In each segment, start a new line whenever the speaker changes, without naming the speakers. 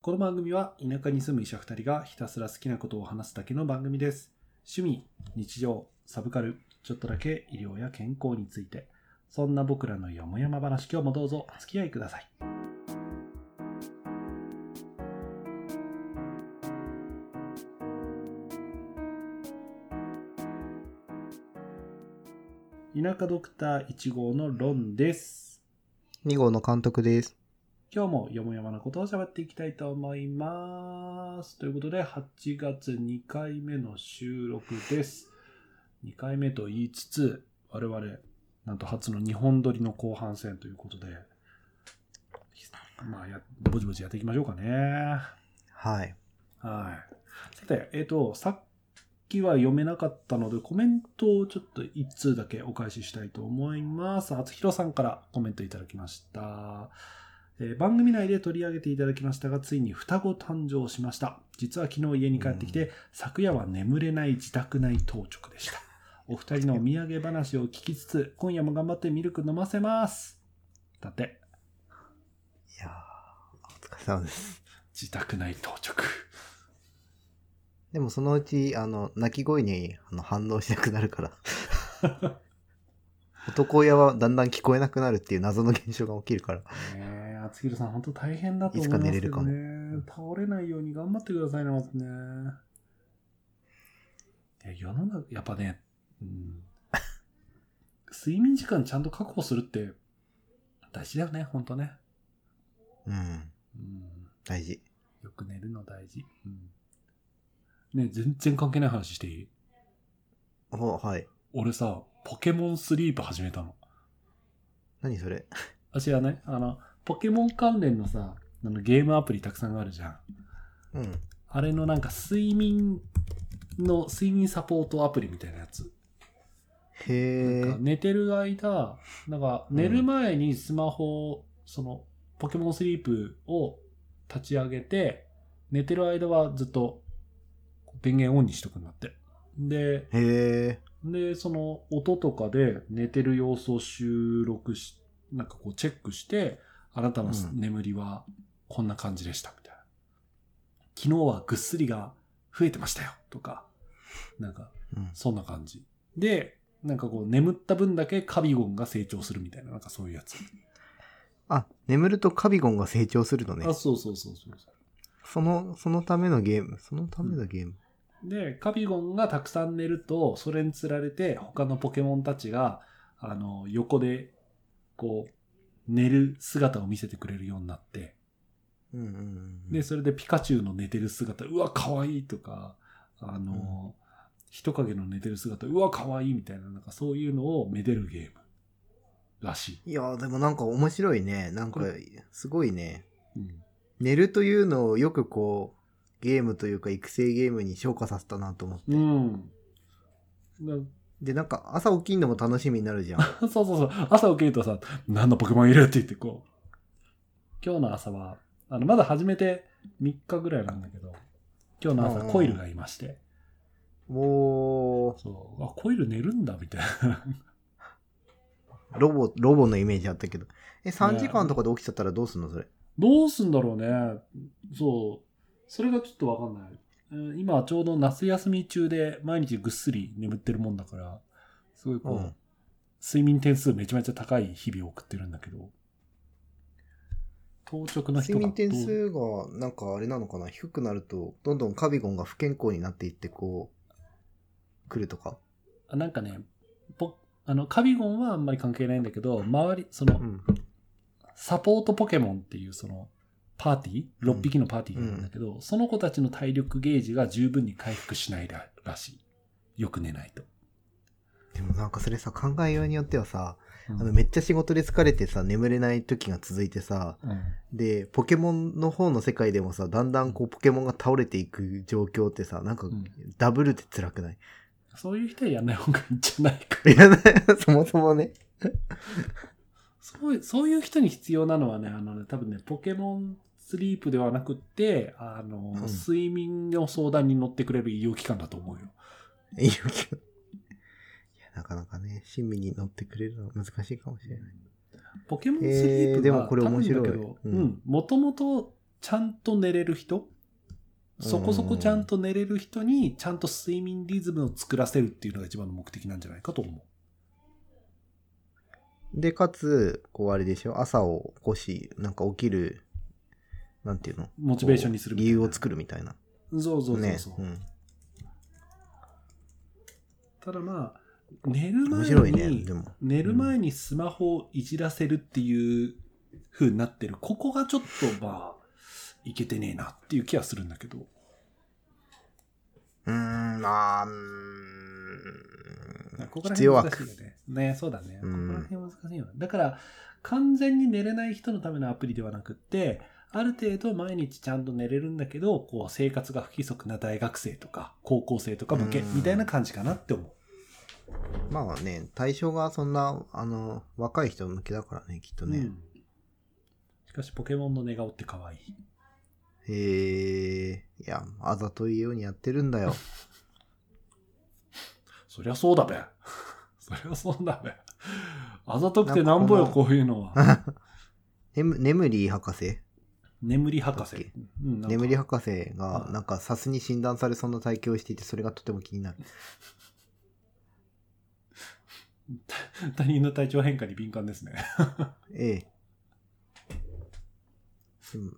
この番組は田舎に住む医者2人がひたすら好きなことを話すだけの番組です。趣味、日常、サブカル、ちょっとだけ医療や健康について、そんな僕らのよもやま話今日もどうぞお付き合いください。田舎ドクター1号のロンです。
2号の監督です。
今日もよもやまなことを喋っていきたいと思います。ということで、8月2回目の収録です。2回目と言いつつ、我々、なんと初の日本撮りの後半戦ということで、まあや、ぼちぼちやっていきましょうかね。
はい。
はい。さて、えっ、と、さっきは読めなかったので、コメントをちょっと一通だけお返ししたいと思います。厚弘さんからコメントいただきました。えー番組内で取り上げていただきましたが、ついに双子誕生しました。実は昨日家に帰ってきて、昨夜は眠れない自宅内当直でした。お二人のお土産話を聞きつつ、今夜も頑張ってミルク飲ませます。だって、
いやー、お疲れ様です。
自宅内当直。
でもそのうち、あの、泣き声にあの反応しなくなるから。 男親はだんだん聞こえなくなるっていう謎の現象が起きるから。
ねえ、厚弘さん、本当大変だと思いますけど、ね、
いつか寝れるかも
倒れないように頑張ってくださいね、まずね。いや世の中、やっぱね、うん、睡眠時間ちゃんと確保するって大事だよね、本当ね。
うん、
うん、
大事。
よく寝るの大事。うん、ねえ全然関係ない話していい
お、はい。
俺さ、ポケモンスリープ始めたの。
何それ
私はね、あの、ポケモン関連のさ、あのゲームアプリたくさんあるじゃん。
うん。
あれのなんか睡眠の睡眠サポートアプリみたいなやつ。
へ
なんか
ー。
寝てる間、なんか寝る前にスマホを、そのポケモンスリープを立ち上げて、寝てる間はずっと電源オンにしとくんだって。で、
へ
で、その音とかで寝てる様子を収録し、なんかこうチェックして、あなたの
うん
眠りはこんな感じでしたみたいな。昨日はぐっすりが増えてましたよとか、なんか
ー。うん。
そんな感じ。で、なんかこう眠った分だけカビゴンが成長するみたいな、なんかそういうやつ。
あ、眠るとカビゴンが成長するのね
あ、。そうそうそうそうそう。
その、そのためのゲーム。そのためのゲーム。
で、カビゴンがたくさん寝ると、それにつられて、他のポケモンたちが、あの、横で、こう、寝る姿を見せてくれるようになって、
うんうんうん。
で、それでピカチュウの寝てる姿、うわ、かわいいとか、あの、人影の寝てる姿、うわ、かわいいみたいな、なんかそういうのをめでるゲームらし
いやー、でもなんか面白いね。なんか
こ、
すごいね。
い。うん。
寝るというのをよくこうゲームというか育成ゲームに昇華させたなと思って
うん。な
でなんか朝起きんのも楽しみになる じゃん
そうそうそう。朝起きるとさ、何のポケモンいるって言ってこう。今日の朝は、あの、まだ始めて3日ぐらいなんだけど、今日の朝
うん
コイルがいまして、
も
そう、あ、コイル寝るんだみたいな。
うロボロボのイメージあったけどえ3
ね
時間とかで起きちゃったらどうすんのそれ
どうすんだろうね。そう。それがちょっとわかんない。うん今ちょうど夏休み中で毎日ぐっすり眠ってるもんだから、すごいこう、
うん
睡眠点数めちゃめちゃ高い日々を送ってるんだけど、当直の人
睡
が
眠点
どう
数がなんかあれなのかな低くなるとどんどんカビゴンが不健康になっていってこう来るとか
あなんかね、ぼあのカビゴンはあんまり関係ないんだけど、周り、その
う、ん
サポートポケモンっていう、その、パーティー、
うん
6匹のパーティーがいるんだけど、その子たちの体力ゲージが十分に回復しないららしい。よく寝ないと。
でもなんかそれさ考えようによってはさ
うん
あのめっちゃ仕事で疲れてさ眠れない時が続いてさ
うん
で、ポケモンの方の世界でもさ、だんだんこうポケモンが倒れていく状況ってさ、なんか
ん
ダブルって辛くない、
そういう人はやんない方がいいんじゃないか。
いや、ねそもそもね。
そういうそういう人に必要なのはね、あのね、多分ね、ポケモンスリープではなくって、あの、
うん
睡眠の相談に乗ってくれる医療機関だと思うよ。
いや、なかなかね、親身に乗ってくれるのは難しいかもしれない。
ポケモンスリー
え
プ
ー
で
で
も
も
こ
こ
れ
れ
面
面
白
白
い
い
けど、う
うん
ん、もともとちゃんと寝れる人そこそこちゃんと寝れる人にちゃんと睡眠リズムを作らせるっていうのが一番の目的なんじゃないかと思
で、かつ、こうあれでしょ、朝を起こし、なんか起きる、なんていうの
うモチベーションにするみ
理
たいな
由を作るみたいな。
そうそうそう
ね
そう、
うん
ただまあ寝る
面
前
白いね、
に、
でも。
寝る前にスマホをいじらせるっていう風になってるここがちょっとまあいけてねえなっていう気はするんだけど
うーん、まあ、うーん
ここら辺
必要
難
枠
し。いよね。ね、そうだね。こ
う
こ
ん
ら辺難しいよね。だから、完全に寝れない人のためのアプリではなくって、ある程度毎日ちゃんと寝れるんだけど、こう生活が不規則な大学生とか高校生とか向け
うん
みたいな感じかなって思
まあね、対象がそんな、あの、若い人向けだからね、きっと
う。
ね。
うんしかし、ポケモンの寝顔って可愛い。
へえ、いや、あざといようにやってるんだよ。
そりゃそうだべ。 そりゃそうだべ。あざとくてなんぼよ、
なんかこ
こういうのは。
眠眠り博士
眠り博士。うんなんか
眠り博士が
う、ん
なんか、サスに診断されそうな体型をしていて、それがとても気になる。
他人の体調変化に敏感ですね。
ええ。うん。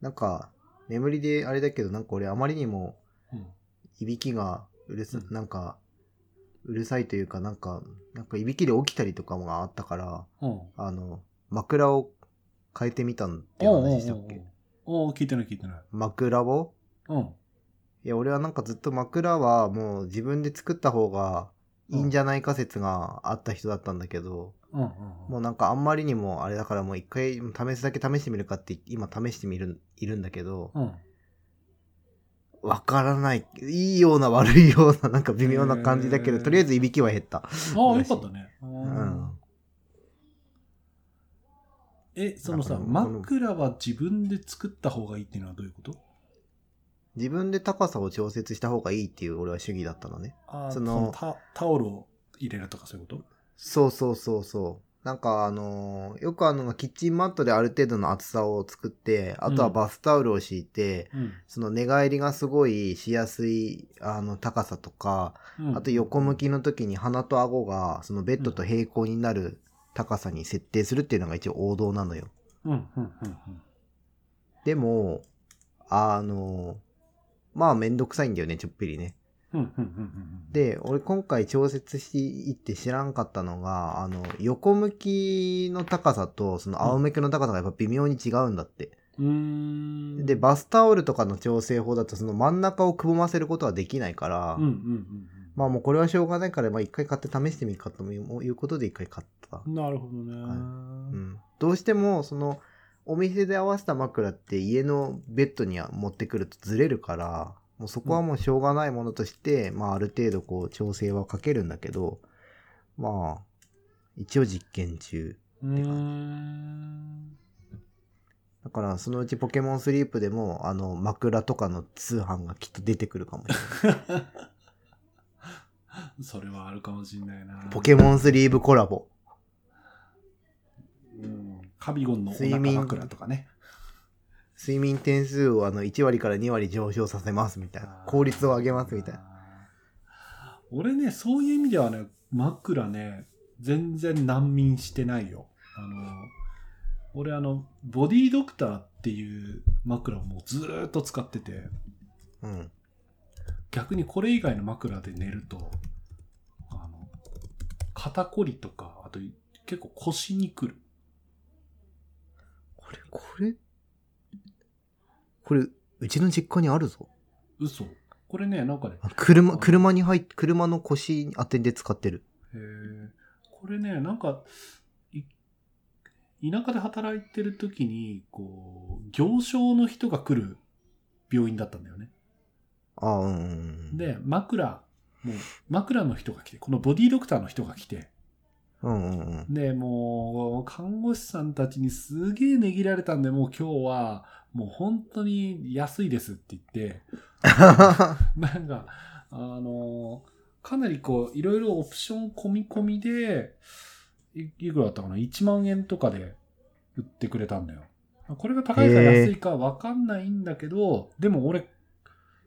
なんか、眠りであれだけど、なんか俺あまりにも、
うん
いびきがうるさ、
うん
なんか、うるさいというか、なんか、なんかいびきで起きたりとかもあったから、
うん
あの、枕を変えてみたんっていう話したっけ
おうおうおうおう聞いてない聞いてない。
枕を
うん。
いや、俺はなんかずっと枕はもう自分で作った方がいいんじゃないか説があった人だったんだけど、
うんうん
もうなんかあんまりにもあれだからもう一回試すだけ試してみるかって今試してみる、いるんだけど、
うん。うん。
わからない。いいような悪いようななんか微妙な感じだけ
へ
ど、
ー
とりあえずいびきは減った。
ああ、よかったね。う
うんん。
え、そのさ、
だからこの
枕は自分で作った方がいいっていうのはどういうこと
自分で高さを調節した方がいいっていう俺は主義だったのね。
あー
その
タタオルを入れるとかそういうこと
そうそうそうそう。なんかあのーよくあの、キッチンマットである程度の厚さを作って、あとはバスタオルを敷いて、
う
その寝返りがすごいしやすいあの高さとか、
ん。
あと横向きの時に鼻と顎がそのベッドと平行になる高さに設定するっていうのが一応王道なのよ。
うん。うん、うん、うん。うん
でも、あの、まあめんどくさいんだよね、ちょっぴりね。
うん、うん、うんうん。
で、俺今回調節していって知らんかったのが、あの、横向きの高さとその仰向けの高さがやっぱ微妙に違うんだって。
うーん。
で、バスタオルとかの調整法だとその真ん中をくぼませることはできないから、
うん、うん、うん
まあもうこれはしょうがないから、まあ一回買って試してみるかということで一回買った。
うん。なるほどね。
はうん。どうしても、その、お店で合わせた枕って家のベッドには持ってくるとずれるから、もうそこはもうしょうがないものとして、まあある程度こう調整はかけるんだけど、まあ、一応実験中。
うーん。
だからそのうちポケモンスリープでも、あの、枕とかの通販がきっと出てくるかもしれない。
それはあるかもしんないな。
ポケモンスリーブコラボ。
うん。カビゴンのお腹枕とかね。
睡眠点数をあの1割から2割上昇させますみたいな
あー
効率を上げますみたいな。
俺ねそういう意味ではね枕ね全然難民してないよあの俺あのボディドクターっていう枕をもうずーっと使ってて
うん
逆にこれ以外の枕で寝るとあの肩こりとかあと結構腰にくる
これこれこれうちの実家にあるぞ
嘘これねなんかね
あ車車に入って車の腰当てで使ってる
へえこれねなんかい田舎で働いてる時にこう行商の人が来る病院だったんだよね
ああうんうんうん
で枕もう枕の人が来てこのボディドクターの人が来て
うんうんうん
でもう看護師さんたちにすげえ値切られたんでもう今日はもう本当に安いですって言ってなんか、あのかなりこう、いろいろオプション込み込みで、いいくらだったかな ?1 万円とかで売ってくれたんだよ。これが高いか安いか分かんないんだけど、でも俺、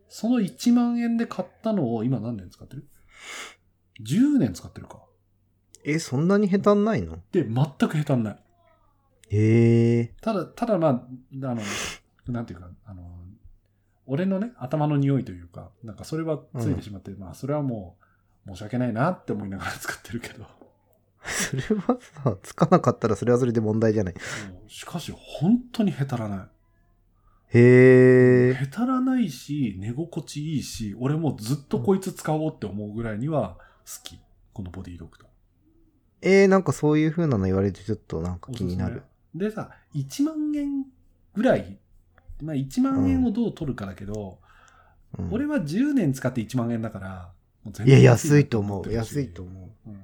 その1万円で買ったのを今何年使ってる ?10 年使ってるか。
え、そんなに下手んないの
で、全く下手んない。
へえ。
ただ、ただまあ、あの、なんていうか、あの、俺のね、頭の匂いというか、なんかそれはついてしまって、まあそれはもう、申し訳ないなって思いながら 使ってるけど。
それはさ、つかなかったらそれはそれで問題じゃない。
そうしかし、本当にへたらない。
へえ。
へたらないし、寝心地いいし、俺もうずっとこいつ使おうって思うぐらいには好き。このボディドクター。
えー、なんかそういう風なの言われてちょっとなんか気になる。
おすすめ。でさ、1万円ぐらい、まあ1万円をどう取るかだけど、
うん
俺は10年使って1万円だから、もう全
いや、安いと思
って
う。
ほし
安いと思
うん。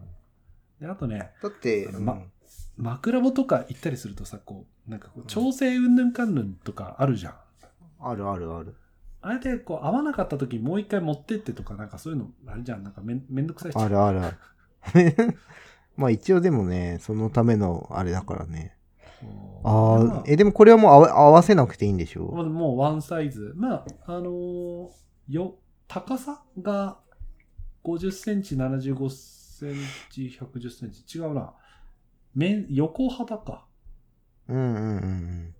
で、あとね、
う。だって、
あのま
うん
枕元とか行ったりするとさ、こう、なんかこう、調整うんぬんかんぬんとかあるじゃん。
あるあるある。
あれでこう合わなかった時にもう一回持ってってとかなんかそういうのあれじゃんなんかめんめんどくさいし
あるあるある。 まあ一応でもね、そのためのあれだからね。
そうま
ああ
あ、
え、でもこれはもう合わ合わせなくていいんでし
ま
ょ
あもうワンサイズまああのーよ高さが50センチ75センチ110センチ違うな面横幅か
うんうんうんうん。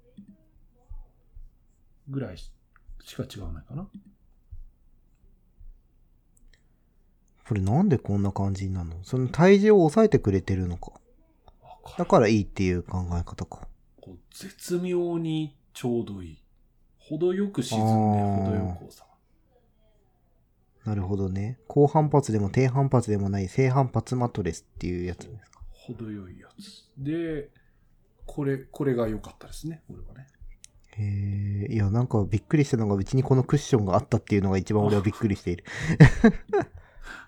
ぐらいししか違わないかな
これなんでこんな感じになるのその体重を抑えてくれてるのか。
わ
だ
かる
からいいっていう考え方か。
こう絶妙にちょうどいい程よく沈んで
あー
程よくさ
なるほどね。高反発でも低反発でもない正反発マットレスっていうやつですか。
程よいやつでこれこれが良かったですね俺はね
へえ、いや、なんかびっくりしたのが、うちにこのクッションがあったっていうのが一番俺はびっくりしている。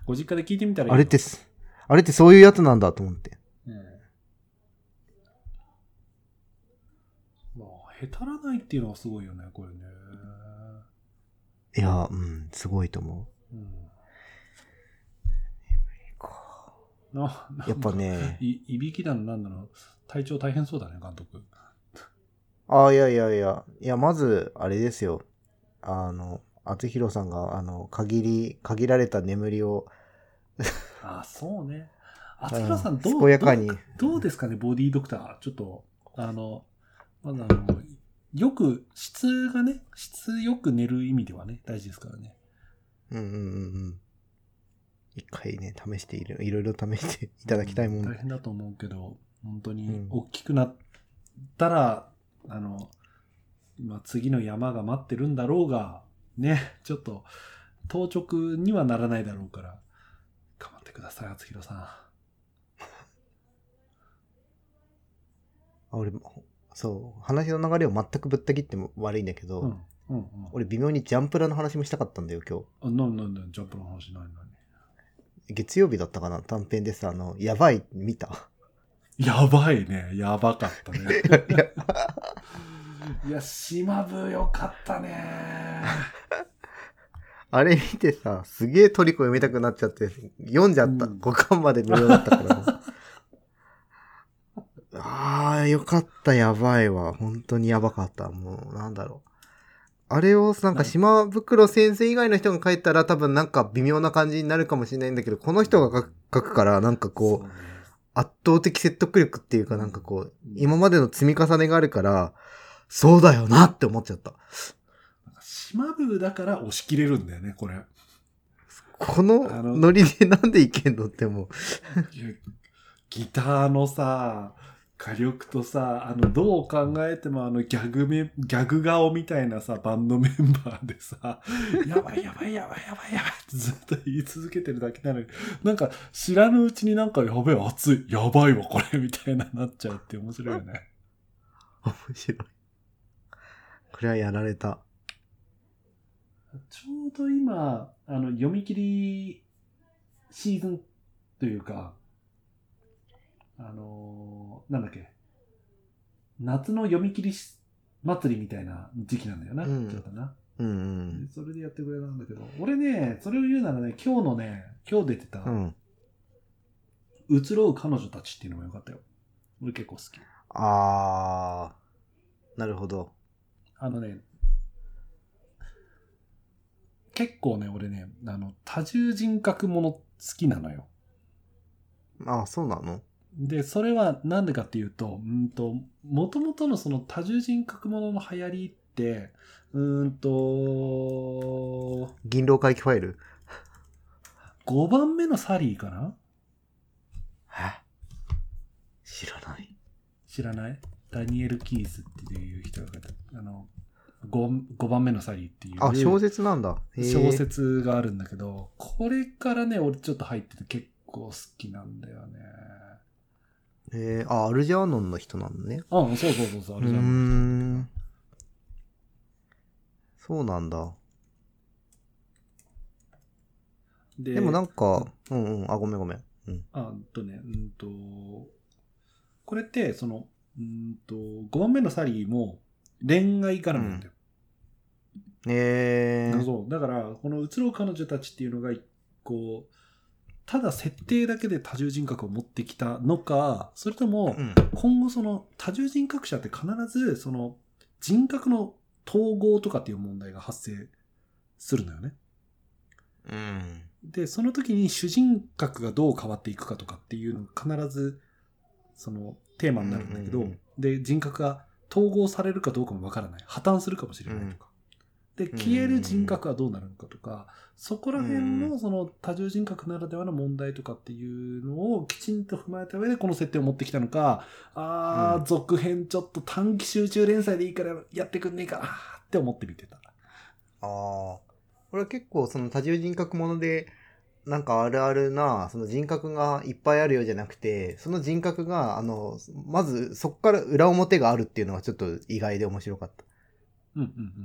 ご実家で聞いてみたらいいよ
あれって、すあれってそういうやつなんだと思って。
うんまあへたらないっていうのはすごいよねこれね
いや、うん、すごいと思
うん
う。
ななんか
やっぱね、
いいびきだのなんだの体調大変そうだね監督
ああ、いやいやいや、いや、まず、あれですよ。あの、厚弘さんが、あの、限り、限られた眠りを、
あそうね厚弘さんどう,、
健やかに
どうどうですかねボディドクターちょっとあのまだあのよく質がね質よく寝る意味ではね大事ですからね
うんうんうんうん。一回ね、試している、いろいろ試してい ただきたいもん
うん
だ
大。変だと思うけど本当
う
に
ん
大きくなったら、あの、まあ、次の山が待ってるんだろうがねちょっと当直にはならないだろうから頑張ってください厚弘さん
あ俺も、そう、話の流れを全くぶった切っても悪いんだけど、
うんうんうん
俺微妙にジャンプラの話もしたかったんだよ、今
あなんなんなんジャンプの話ないのに
日。月曜日だったかな短編です。あの、やばい、見た。
やばいねやばかったね
いや
いや島部よかったね
あれ見てさ、すげえトリコ読みたくなっちゃって、読んじゃった。
うん
五巻まで無料だった から。ああ、よかった、やばいわ。本当にやばかった。もう、なんだろう。あれを、なん
は
か、
い
島袋先生以外の人が書いたら、多分なんか微妙な感じになるかもしれないんだけど、この人が書く書くから、なんかこう、
そうね
圧倒的説得力っていうかなんかこう、
うん
今までの積み重ねがあるから、そうだよなって思っちゃった。
なんか島部だから押し切れるんだよねこれ
この
あの
ノリでなんでいけんのってもう。
いやギターのさ火力とさあのどう考えてもあのギャグめギャグ顔みたいなさバンドメンバーでさ「やばいやばいやばいやばいやばい」ってずっと言い続けてるだけなのになんか知らぬうちになんか「やべえ熱いやばいわこれ」みたいななっちゃうって面白いよね。
面白い。これはやられた。
ちょうど今あの読み切りシーズンというかあのーなんだっけ夏の読み切りし祭りみたいな時期なんだよな、
うん
ちょっとな、
うんうん。
それでやってくれたんだけど俺ねそれを言うならね今日のね今日出てた
う
「
ん。
移ろう彼女たち」っていうのもよかったよ俺結構好き
あなるほど。
あのね、結構ね、俺ね、あの、多重人格もの好きなのよ。
ああ、そうなの
で、それはなんでかっていうと、うんと、もともとのその多重人格ものの流行りって、うーんと、
銀狼回帰ファイル。
5番目のサリーかな
え知らない。
知らないダニエル・キースっていう人が書いた、あの、5, 番目のサリーっていう。
あ、小説なんだ。へえ
小。説があるんだけど、これからね、俺ちょっと入ってて結構好きなんだよね。
へえ、あ、アルジャーノンの人なのね。
あ、そうそうそうそう、あ
うー
れじゃん。
ん。そうなんだ。
で
でもなんか、うんうん、あ、ごめんごめん。
あうんとね、うんと、これって、その、うんと、5番目のサリーも恋愛絡みなんだよ。
えー、
そう。だから、この移ろう彼女たちっていうのが、こう、ただ設定だけで多重人格を持ってきたのか、それとも、
うん。
今後その多重人格者って必ずその人格の統合とかっていう問題が発生するのよね。
うん。
で、その時に主人格がどう変わっていくかとかっていうのが必ずそのテーマになるんだけど、
うんうんうん
で、人格が統合されるかどうかもわからない。破綻するかもしれないとか。で、
うん
消える人格はどうなるのかとか、そこら辺
うんう
のその多重人格ならではの問題とかっていうのをきちんと踏まえた上でこの設定を持ってきたのか、あー、
うん
続編ちょっと短期集中連載でいいからやってくんねえかなって思って見てた。
ああ。これは結構その多重人格もので、なんかあるあるな、その人格がいっぱいあるようじゃなくて、その人格が、あの、まずそこから裏表があるっていうのはちょっと意外で面白かった。
うんうんうんうん。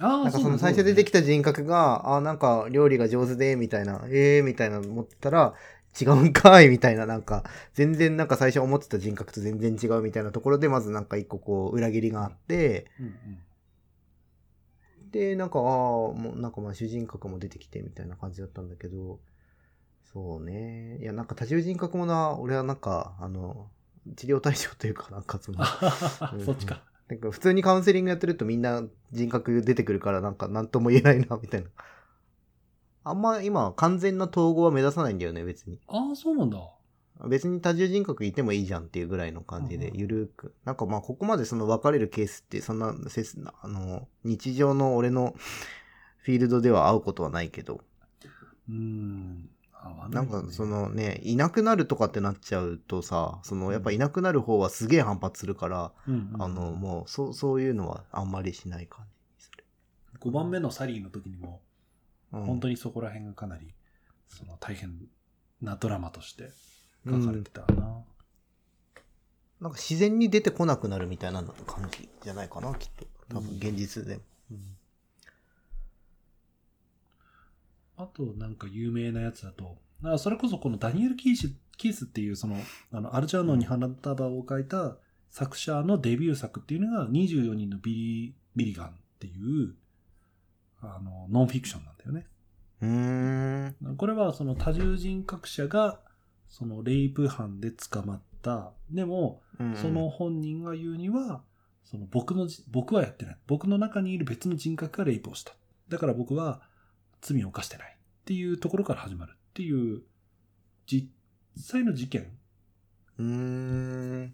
あー
なんかそ
そうだ
の
ね
最初出てきた人格が、あ、なんか料理が上手で、みたいな、ええー、みたいなの思ってたら、違うんかいみたいな、なんか、全然なんか最初思ってた人格と全然違うみたいなところで、まずなんか一個こう、裏切りがあって、
うんうん
で、なんか、ああ、もうなんかまあ主人格も出てきてみたいな感じだったんだけど、そうね。いや、なんか多重人格もな、俺はなんか、あの、治療対象というか、なんかその、
あ
うん
そっちか。
なんか普通にカウンセリングやってるとみんな人格出てくるからなんか何とも言えないな、みたいな。あんま今完全な統合は目指さないんだよね、別に。
ああ、そうなんだ。
別に多重人格いてもいいじゃんっていうぐらいの感じ
う
で
ん、うん
ゆるーく。なんかまあここまでその分かれるケースってそんな、せすあの、日常の俺のフィールドでは会うことはないけど、
うーん。合わ
ないん
よね
かそ、のね、いなくなるとかってなっちゃうとさ、そのやっぱいなくなる方はすげえ反発するから、
うんうん
あの、もうそう、そういうのはあんまりしない感じする。
5番目のサリーの時にも、
うん
本当にそこら辺がかなり、その大変なドラマとして
う
書かれ
ん
て、たな。
なんか自然に出てこなくなるみたいな感じじゃないかなきっと多分現実でも、
あと、なんか有名なやつだと、あそれこそこのダニエル・キースキースっていう、その、あの、アルジャーノンに花束を書いた作者のデビュー作っていうのが、24人のビリビリガンっていう、あの、ノンフィクションなんだよね。
うんう
これはその多重人格者がそのレイプ犯で捕まったでも
ーん
その本人が言うにはその僕のじ僕はやってない僕の中にいる別の人格がレイプをしただから僕は罪を犯してないっていうところから始まるっていう実際の事件
うーん
の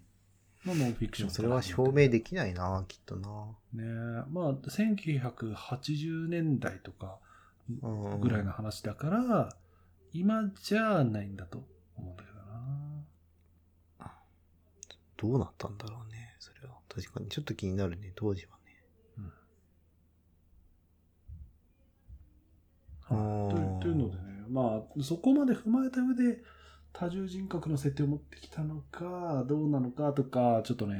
ノンフィクショ
で
ン
もそれは証明できないなきっとな
ねえまあ1980年代とか
うん
ぐらいの話だから、今じゃないんだと思うんだけどな
どうなったんだろうねそれは確かにちょっと気になるね当時はね
はい
あー
というというのでね、まあ、そこまで踏まえた上で、多重人格の設定を持ってきたのか、どうなのかとか、ちょっとね、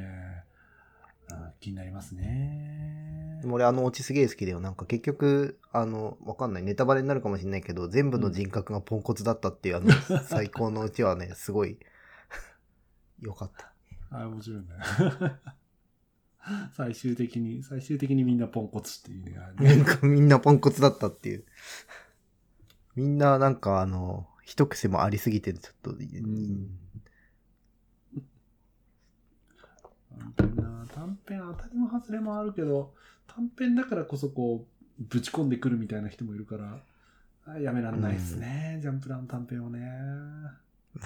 あ気になりますね
で。も俺あのオチすげえ好きだよなんか結局あのわかんないネタバレになるかもしれないけど全部の人格がポンコツだったってい う、あの最高のオチはねすごいよかった
あ面白いね。 最終的に、最終的にみんなポンコツっていうね。あれ
な
ね
んかみんなポンコツだったっていう。みんななんかあの、一癖もありすぎてちょっと、
うん。本当にな短編当たりも外れもあるけど、短編だからこそこう、ぶち込んでくるみたいな人もいるから、あやめらんないですね、ジャンプラの短編をね。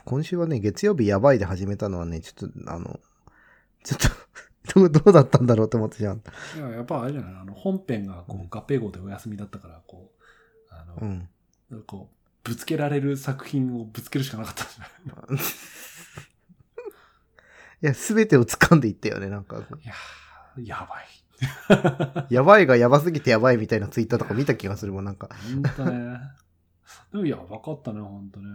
今週はね、月曜日やばいで始めたのはね、ちょっと、あの、ちょっと どう、どうだったんだろうと思ってしまった。
いややっぱあれじゃないあの本編がこ
う
うん合併号でお休みだったから、こう、あ
う
の、
ん。
こう、ぶつけられる作品をぶつけるしかなかったんじゃない
いや、すべてを掴んでいったよね、なんか。
いやーやばい。
やばいがやばすぎてやばいみたいなツイッターとか見た気がするもん、なんか。
ほんとね。でもやばかったね、ほんとね。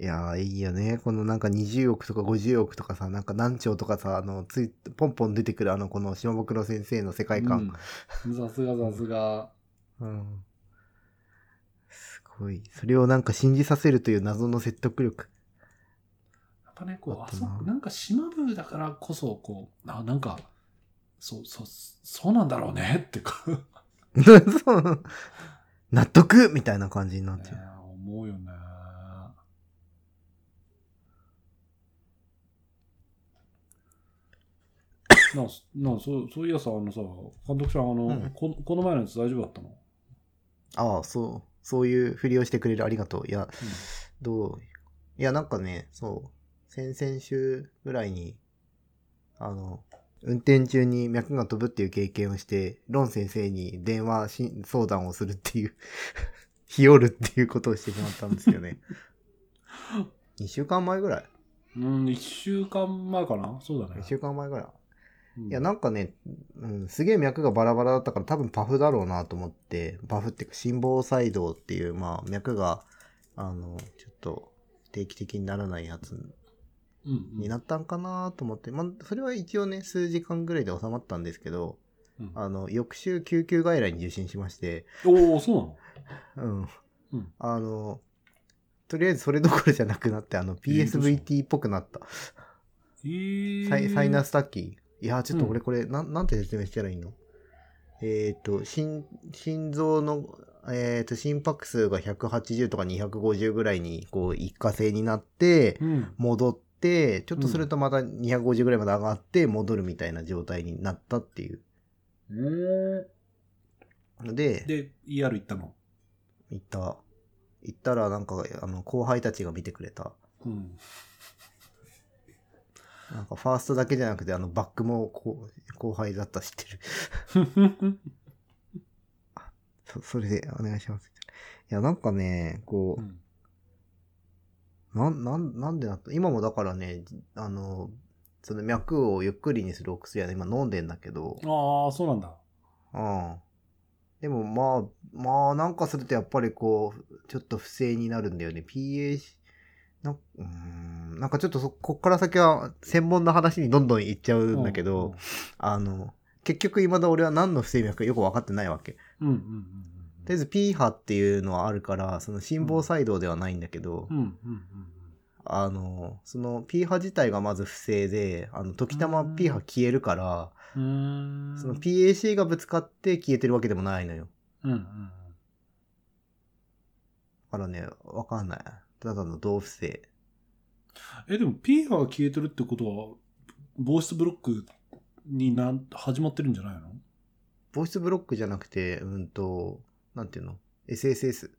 いやー、いいよね。このなんか20億とか50億とかさ、なんか何兆とかさ、あの、つい、ポンポン出てくるあの、この島袋先生の世界観。
うんさすがさすが。
うんすごい。それをなんか信じさせるという謎の説得力。
やっぱね、こう、
あっ
あ
た
そ
な
こ、なんか島部だからこそ、こう、あ、なんか、そう、そう、そうなんだろうねってこう、
そう納得みたいな感じになっ
ね
ちゃう。
思うよね。 なあ、そなあ、そう、そういやさ、あのさ、監督さん、あの、
うん
ここの前のやつ大丈夫だったの、
ああ、そう。そういうふりをしてくれるありがとう。いや、どういや、なんかね、そう。先々週ぐらいに、あの、運転中に脈が飛ぶっていう経験をして、ロン先生に電話し相談をするっていう、 日和るっていうことをしてしまったんですよね。2週間前ぐらい
うん、1週間前かなそうだね。
?1 週間前ぐらい
うん
いや、なんかね、うん、すげえ脈がバラバラだったから多分パフだろうなと思って、パフっていうか心房細動っていう、まあ脈が、あの、ちょっと定期的にならないやつ
うんうん、
になったんかなと思って、まあそれは一応ね、数時間ぐらいで収まったんですけど、
うん
あの、翌週救急外来に受診しまして、
おお、そうなの
うん。
うん
あの、とりあえずそれどころじゃなくなって、あの、
ーどうした
PSVT っぽくなった。
えー、
サイサイナ
ス。
スタッキー。いやー、ちょっと俺これ、なん、なんて説明したらいいのえっ、と、心、心臓の、えっ、と、心拍数が180とか250ぐらいに、こう、一過性になって、
うん。
戻って、ちょっとするとまた250ぐらいまで上がって、戻るみたいな状態になったっていう。ので、
で、ER 行ったの。
行った。行ったら、なんか、あの、後輩たちが見てくれた。
うん。
なんか、ファーストだけじゃなくて、あの、バックも、こう、後輩だった知ってる。そ それでお願いします。いや、なんかね、こ
うん
う、なん、なん、なんでだった今もだからね、あの、その脈をゆっくりにするお薬はね、今飲んでんだけど、
ああ、そうなんだ。
うん。でもまあ、まあなんかするとやっぱりこう、ちょっと不正になるんだよね。PA、なんうーん、なんかちょっとそ、こっから先は専門の話にどんどんいっちゃうんだけど、あの、結局未だ俺は何の不整脈かよく分かってないわけ。
うん。うんうん
とりあえず P 波っていうのはあるから、その心房細動ではないんだけど、
うんうん。うんうんうん
あの、その P 波自体がまず不正で、あの、時たま P 波消えるから、
うん。うーん。
その PAC がぶつかって消えてるわけでもないのよ。
うんうん
だからね、わかんない。ただの同不正。
え、でも P 波が消えてるってことは、防湿ブロックになん始まってるんじゃないの
ボイスブロックじゃなくて、うんと、なんていうの ?SSS。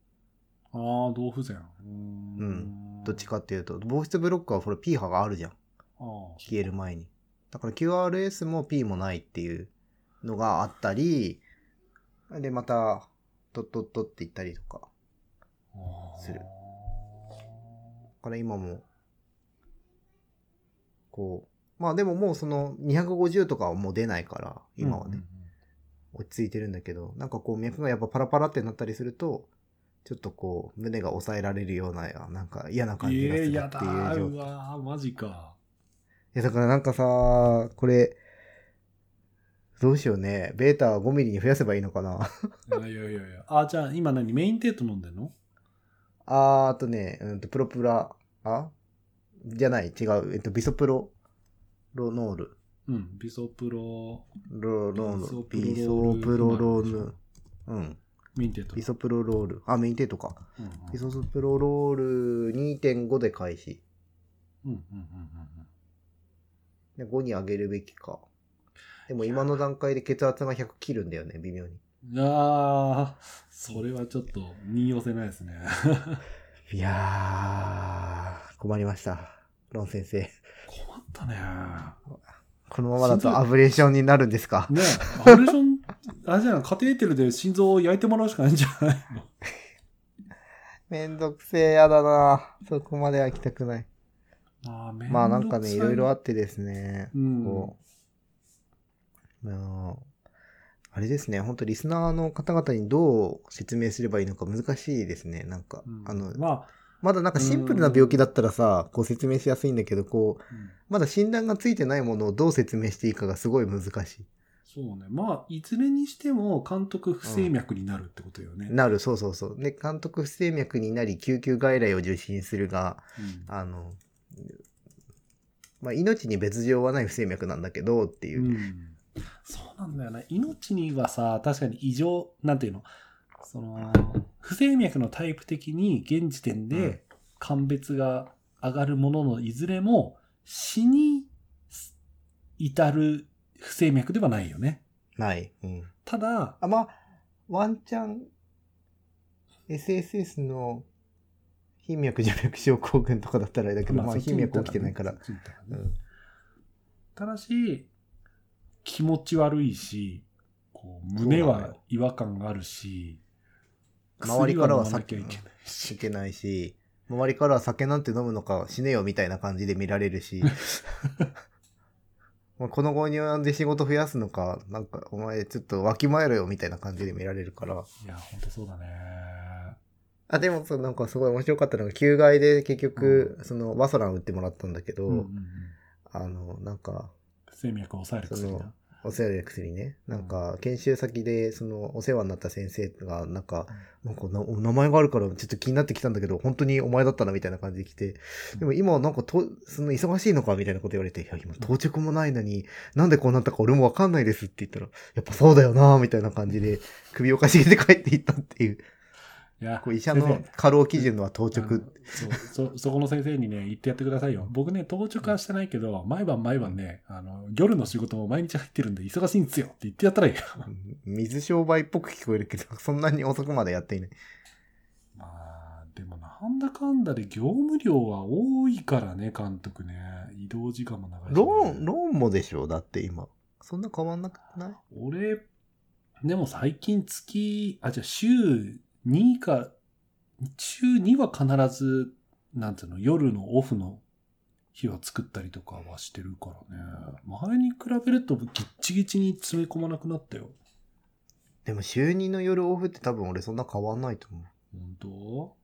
ああ、同不全。うー
うんどっち。かっていうと、ボイスブロックはほら P 波があるじゃん。
ああ、
消える前に。だから QRS も P もないっていうのがあったり、で、また、ドッドッドって言ったりとか。
あー
するだから今も、こう、まあでももうその250とかはもう出ないから、今はね、。落ち着いてるんだけど、なんかこう脈がやっぱパラパラってなったりすると、ちょっとこう、胸が抑えられるような、なんか嫌な
うん
感
うん
じがす
え
るって
え、
いう
やだー。
状
うわー、マジか。
いや、だからなんかさ、これ、どうしようね。ベータは5ミリに増やせばいいのかな。
いやいやいやいや。あ、じゃあ今何メインテート飲んでんの
あー、あとね、うんと、プロプラ、あじゃない、違う。えっと、ビソプロ、ロノール。
うん。ビソプロ、
ロロール。ビ
ビソ
ソプ
プ
ロ
ロ
ロ
ロ
ー
ー
ル
ル。
うん。
メインテート。
ビソプロロール。あ、メインテートか。
うんうん
ビソプロロール2.5で開始。
うんうんうんうんうん
で5に上げるべきか。でも今の段階で血圧が100切るんだよね、微妙に。
ああ、それはちょっと、に寄せないですね。
いやー、困りました。ロン先生。
困ったね。
このままだとアブレーションになるんですか
ねえ、アブレーション、 あれじゃない、カテーテルで心臓を焼いてもらうしかないんじゃないの
めんどくせえやだなそこまでは行きたくない。
まあ、
まあなんかね、いろいろあ
あ
ってですね。
うん
こう、まあ、あれですね、本当リスナーの方々にどう説明すればいいのか難しいですね。なんか、
うん
あの、
ま
まだなんかシンプルな病気だったらさ、こう説明しやすいんだけど、こう
あ、、うん
まだ診断がついてないものをどう説明していいかがすごい難しい。
そうね。まあ、いずれにしても、監督不整脈になるってことよね。
なる、そうそうそう。で、監督不整脈になり、救急外来を受診するが、
うん
あの、まあ、命に別状はない不整脈なんだけど、っていう。
うん、そうなんだよね命にはさ確かに異常なんていうのその不整脈のタイプ的に現時点
うん
で鑑別が上がるもののいずれも死に至る不整脈ではないよね
ない。うん。
ただ
あ、まあ、ワンチャン、SSS の、頻脈徐脈症候群とかだったらあれだけど、まあ、
そっち
頻
に行
脈
った
起きてないから
ね。そっちに行ったら
う
ね
ん。
ただし気持ち悪いしこう胸
そうなの
は
よ
違和感があるし
周りからは
薬飲まな
避
き
け
ゃいけない
いけないし、周りからは酒なんて飲むのか死ねよみたいな感じで見られる し、まあこの後に及んで仕事増やすのか、なんかお前ちょっとわきまえろよみたいな感じで見られるから。
いや本当そうだね
あ、でもそうなんかすごい面白かったのが、旧外で結局、そのワソラン打ってもらったんだけど、
うんうんうん
あの、なんか、
不整脈を抑える薬な
お世話で薬ね。なんか、研修先で、その、お世話になった先生が、なんか、なんかな、お名前があるから、ちょっと気になってきたんだけど、本当にお前だったな、みたいな感じで来て、でも今、なんかと、その、忙しいのか、みたいなこと言われて、いや、今、到着もないのに、なんでこうなったか俺もわかんないですって言ったら、やっぱそうだよな、みたいな感じで、首をかしげて帰っていったっていう、
いや
こう医者
先
の過労基準のは当
生
直。
あのそう そそこの先生にね言ってやってくださいよ僕ね当直はしてないけど毎晩毎晩ねあの夜の仕事も毎日入ってるんで忙しいんですよって言ってやったらいいよ
水商売っぽく聞こえるけど、そんなに遅くまでやっていない。
まあでもなんだかんだで業務量は多いからね監督ね移動時間も長いし、ね、
ローン、ローンもでしょだって今。そんな変わんなくない
俺、でも最近月、あ、じゃあ週2か、週2は必ず、なんていうの、夜のオフの日は作ったりとかはしてるからね。前に比べるとギッチギチに詰め込まなくなったよ。
でも週2の夜オフって多分俺そんな変わんないと思う。
本当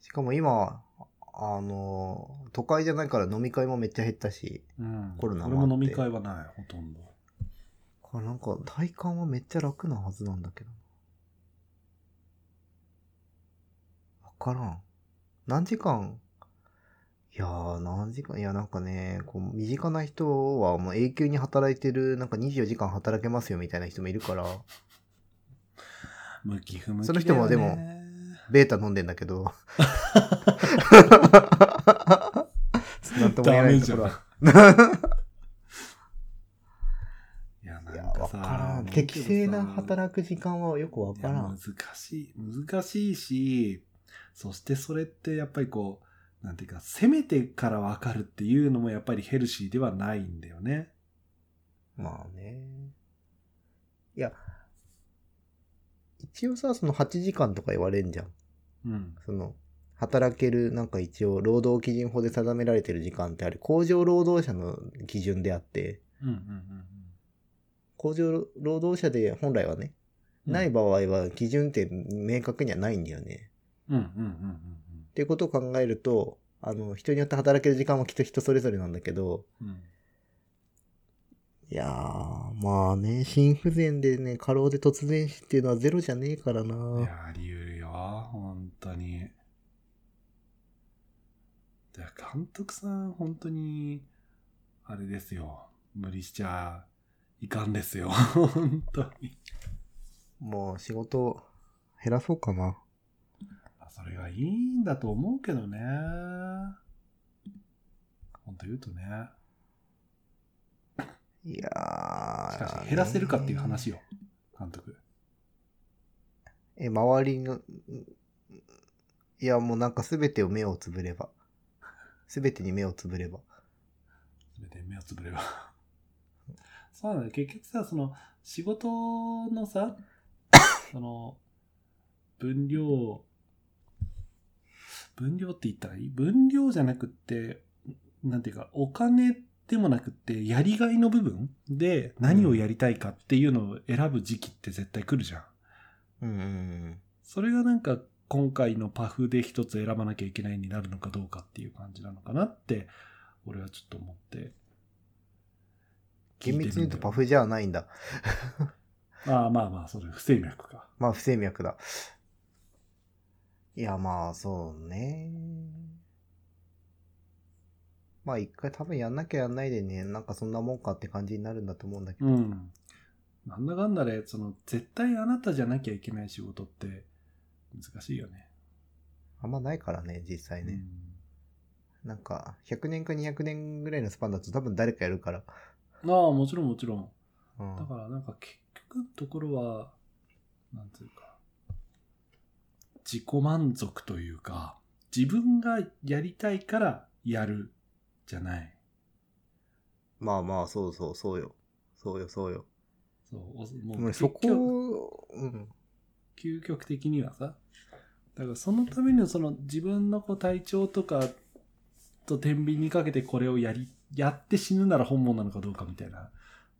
しかも今、あの、都会じゃないから飲み会もめっちゃ減ったし、
うん。
コロナもあって
俺も飲み会はない、ほとんど。
これなんか体感はめっちゃ楽なはずなんだけど。わからん。何時間いやー、何時間いや、なんかね、こう、身近な人はもう永久に働いてる、なんか24時間働けますよみたいな人もいるから、
向き不向き、
その人もでも。ベータ飲んでんだけど。なんとも言え
ダ
な
メ
い
じ
と
ゃ
こ
ん。
ろ
い
は。
や、 ない
や、
んか
わ
さ、
からん。
なんかさ
適正な働く時間はよくわ
い
か
や
ら
難
ん。
しい難しいしそしてそれってやっぱりこうなんていうか攻めてから分かるっていうのもやっぱりヘルシーではないんだよね
まあね。いや、一応さ、その8時間とか言われんじゃん。
うん
その、働ける、なんか一応、労働基準法で定められてる時間ってあれ、工場労働者の基準であって、
うんうんうん
工場労働者で本来はね、
うん
ない場合は基準って明確にはないんだよね。
うんうんうんうん
っていうことを考えると、あの、人によって働ける時間はきっと人それぞれなんだけど、
うんうん
いやー、まあね、心不全でね、過労で突然死っていうのはゼロじゃねえから
い
な。
やあり得るよ本当にだから監督さん本当にあれですよ無理しちゃいかんですよ 本当に
もう仕事減らそうかな。
まあそれがいいんだと思うけどね。ほんと言うとね。
いやー
しかし、減らせるかっていう話よ、監督。
え、周りの、んいや、もうなんかすべてを目をつぶれば。すべてに目をつぶれば。
すべて目をつぶれば。 そうなんだよ。結局さ、その、仕事のさ、 その、分量、分量って言ったらいい分量じゃなくって、なんていうか、お金でもなくって、やりがいの部分で何をやりたいかっていうのを選ぶ時期って絶対来るじゃん。
うんうんうん。
それがなんか今回のパフで一つ選ばなきゃいけないになるのかどうかっていう感じなのかなって、俺はちょっと思って。
厳密に言うとパ
フ。
フじゃないんだ。
まあまあまあ、それ不整脈か。
まあ、不整脈だ。いや、まあ、そうね。まあ、一回多分やんなきゃやんないでね、なんかそんなもんかって感じになるんだと思うんだけ
う
ど。
ん。なんだかんだで、その、絶対あなたじゃなきゃいけない仕事って難しいよね。
あんまないからね、実際ね。なんか、100年か200年ぐらいのスパンだと多分誰かやるから。
うん。まあもちろんもちろん。
うん
だからなんか結局のところは、なんていうか、自己満足というか、自分がやりたいからやるじゃない。
まあまあ、そうそう、そうよ。そうよ、そうよ。
そうおも
も
う
うそこ
結局
を、うん。
究極的にはさだからそのためにはその自分のこう体調とかと天秤にかけてこれをやりやって死ぬなら本望なのかどうかみたいな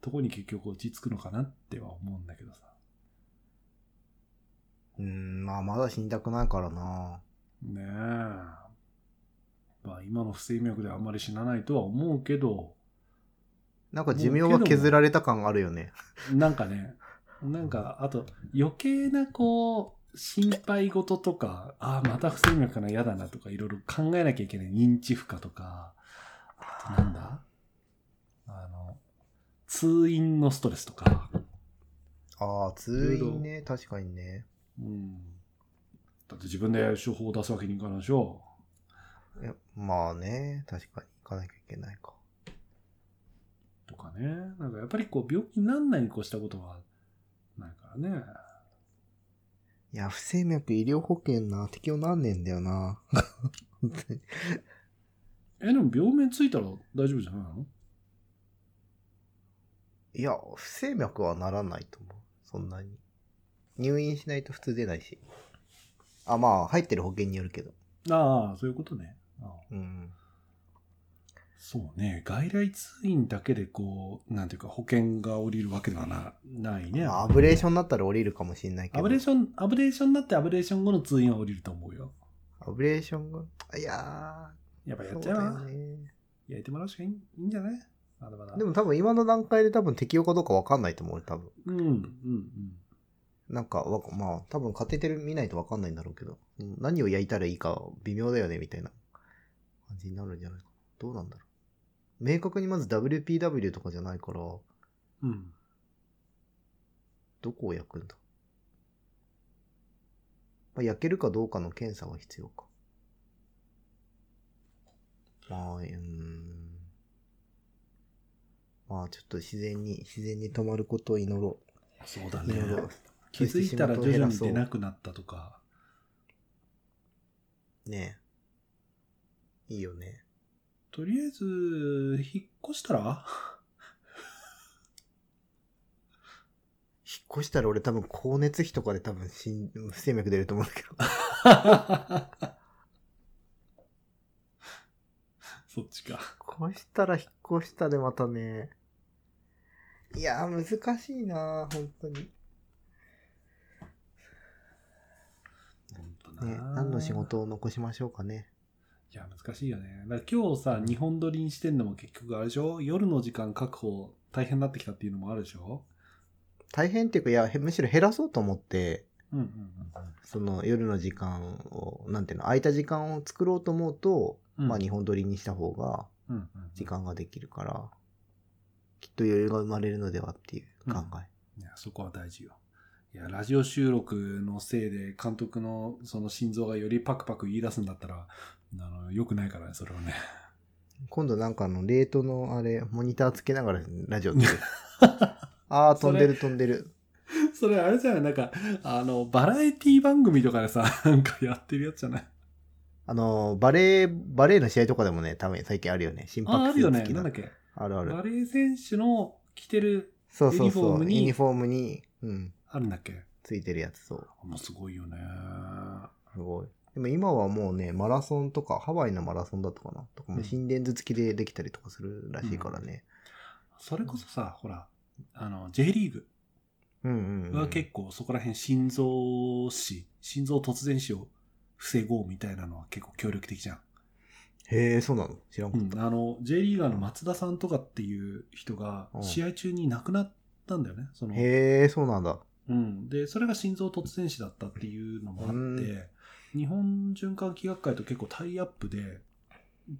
とこに結局落ち着くのかなっては思うんだけどさ
うん、まあ、まだ死にたくないからな。
ねえまあ今の不整脈ではあんまり死なないとは思うけど
なんか寿命が削られた感あるよね。
なんかねなんかあと余計なこう心配事とかああまた不整脈かな嫌だなとかいろいろ考えなきゃいけない認知負荷とかあとなんだあの、通院のストレスとか。
ああ、通院ね、確かにね。
うん。だって自分で処方を出すわけにいかないでしょ。
いやまあね、確かに行かなきゃいけないか。
とかね。なんかやっぱりこう、病気になんないに越したことはないからね。
いや、不整脈医療保険な、適用なんねえんだよな。 本当に
え、でも病名ついたら大丈夫じゃないの
いや、不整脈はならないと思う。そんなに。入院しないと普通出ないし。あ、まあ、入ってる保険によるけど。
ああ、そういうことね。ああ
うん。
そうね。外来通院だけでこう、なんていうか保険が降りるわけではなないね。
まあアブレーションになったら降りるかもしんないけど。
アブレーション、アブレーションになってアブレーション後の通院は降りると思うよ。
アブレーションが、あいや
やっぱ
ー、
や
そ
っ
う
ちゃ
だ
う
よ
な。
ね。
焼いてもらうしかいいいいんじゃないまだまだ。
でも多分今の段階で多分適用かどうかわかんないと思う、俺多分。
うん、うん、うん。
なんかわ、まあ、多分カテーテル見ないとわかんないんだろうけど、うん何を焼いたらいいか微妙だよね、みたいな感じになるんじゃないかな。どうなんだろう。明確にまず WPW とかじゃないから、
うん。
どこを焼くんだ。まあ、焼けるかどうかの検査は必要か。まあ、うーん。まあ、ちょっと自然に、自然に止まることを祈ろ
そうだ
う。
ね
祈。ろう。
気づいたら徐々に出なくなったとか。
ねえ。いいよね。
とりあえず、引っ越したら
引っ越したら俺多分光熱費とかで多分死ん不整脈出ると思うんだけど。
そっちか。
引っ越したら引っ越したでまたね。いやー難しいなー本当に。ね、
本当な、
何の仕事を残しましょうかね。
いや、難しいよね。だから今日さ、日本撮りにしてんのも結局あれでしょ夜の時間確保大変になってきたっていうのもあるでしょ
大変っていうか、いや、へむしろ減らそうと思って、
うんうん
その夜の時間を、なんていうの、空いた時間を作ろうと思うと、
うん。
まあ日本撮りにした方が
うんうんうん
時間ができるから、きっと余裕が生まれるのではっていう考え。
いや、そこは大事よ。いや、ラジオ収録のせいで監督のその心臓がよりパクパク言い出すんだったら、あの、良くないからね、それはね。
今度なんかあの、レートのあれ、モニターつけながらラジオ 撮る。ああ、飛んでる飛んでる。
それあれじゃないなんか、あの、バラエティ番組とかでさ、なんかやってるやつじゃない
あの、バレー、バレーの試合とかでもね、たまに最近あるよね。心
あ、あ
拍
る
数
よね。
付き
な
の
んだっけ
あるある。
バレー選手の着てる、
そう
ユ
そう
ニフォ
そ
ーム
う。
に
ユニフォームに、うん、
あるんだっけ
ついてるやつ、そう。
あもうすごいよね。
すごい。でも今はもうね、マラソンとか、ハワイのマラソンだとかな、とか
う
も
ん
心電図付きでできたりとかするらしいからね。
それこそさ、ほら、あの、J リーグ
うんうん、うん。
は結構そこら辺心臓死、心臓突然死を防ごうみたいなのは結構協力的じゃん。
へえ、そうなの知らんか
う
っ
ん、あの、J リーガーの松田さんとかっていう人が
う、ん
試合中に亡くなったんだよね。その
た。へえ、そうなんだ。
うん、でそれが心臓突然死だったっていうのもあって、
うん
日本循環器学会と結構タイアップで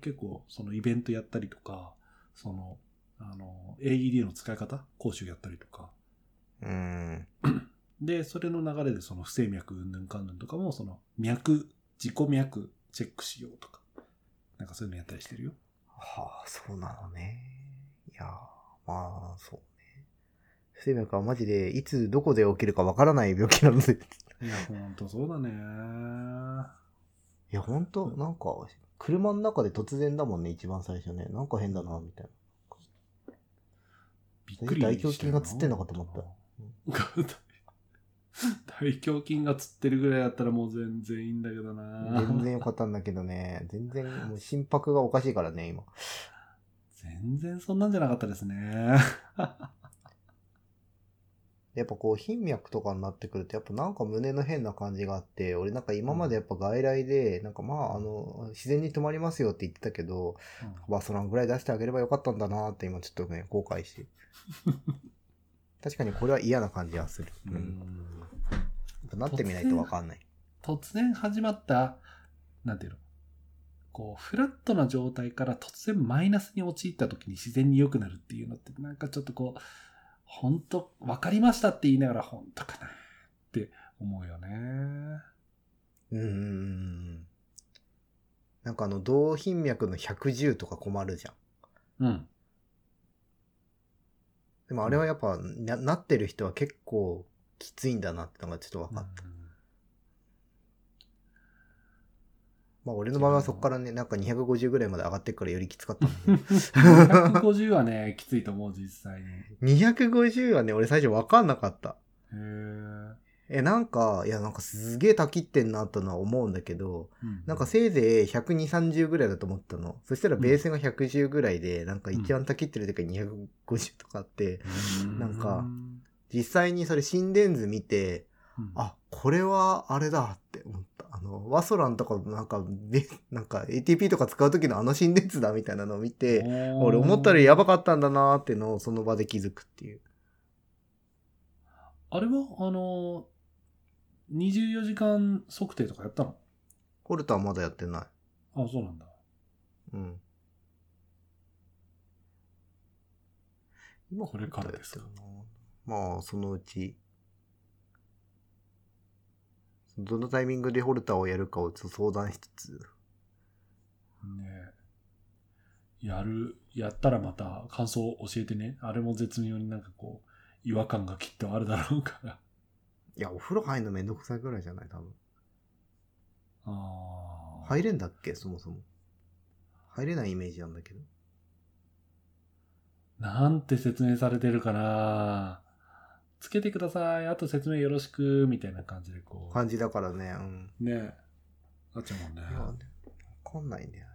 結構そのイベントやったりとかそのあの AED の使い方講習やったりとか
うん。
でそれの流れでその不整脈うんぬんかんぬんとかもその脈自己脈チェックしようとかなんかそういうのやったりしてるよ
はあ、そうなのね。いやー、まあ、そうね。不整脈はマジで、いつどこで起きるかわからない病気なので。
いやほんとそうだね
いや、ほんと、なんか、車の中で突然だもんね、一番最初ね。なんか変だな、みたいな。
びっくりしたよ
大胸筋がつってんのかと思った
うん 大胸筋がつってるぐらいだったらもう全然いいんだけどな
全然良かったんだけどね。全然、もう心拍がおかしいからね、今。
全然そんなんじゃなかったですね
やっぱこう、頻脈とかになってくると、やっぱなんか胸の変な感じがあって、俺なんか今までやっぱ外来で、なんかまあ、あの、自然に止まりますよって言ってたけど、まあ、そのぐらい出してあげればよかったんだなって今ちょっとね、後悔 して。確かにこれは嫌な感じはする。
う
うんん。やっぱなってみないとわかんない。
突然始まったなんていうのこうフラットな状態から突然マイナスに陥った時に自然に良くなるっていうのってなんかちょっとこう本当分かりましたって言いながら本当かなって思うよね
うんうんうんうん。なんかあの、動頻脈の110とか困るじゃん。
うん
でもあれはやっぱな、なってる人は結構きついんだなってのがちょっと分かった。まあ俺の場合はそこからね、なんか250ぐらいまで上がってくからよりきつかったんだけど。
150はね、きついと思う、実際に。へ
250はね、俺最初分かんなかった。
え。うん
え、なんか、いやなんかすげえたきってんなとのは思うんだけど、なんかせいぜい120、30ぐらいだと思ったの。そしたらベースが110ぐらいで、なんか一番たきってる時は250とかあって、
うん
なんか実際にそれ心電図見て、
うん
あ、これはあれだって思った。あの、ワソランとか、なんか、でなんか ATP とか使う時のあの心電図だみたいなのを見て、俺思ったよりやばかったんだなーってのをその場で気づくっていう。
あれは、あのー、24時間測定とかやったの
コルトはまだやってな
あ、そうなんだ。
い。うん。今
これからですか
コルトやってるなまあ、そのうち。どのタイミングでホルターをやるかをちょっと相談しつつ。
ねえやる、やったらまた感想を教えてね。あれも絶妙になんかこう、違和感がきっとあるだろうから。
いや、お風呂入るのめんどくさいぐらいじゃない多分。
あー
入れんだっけそもそも。入れないイメージなんだけど。
なんて説明されてるかなつけてください。あと説明よろしく。みたいな感じでこう。
感じだからね。うん。
ねえ。なっちゃうもんね
い。や、わかんないんだよね。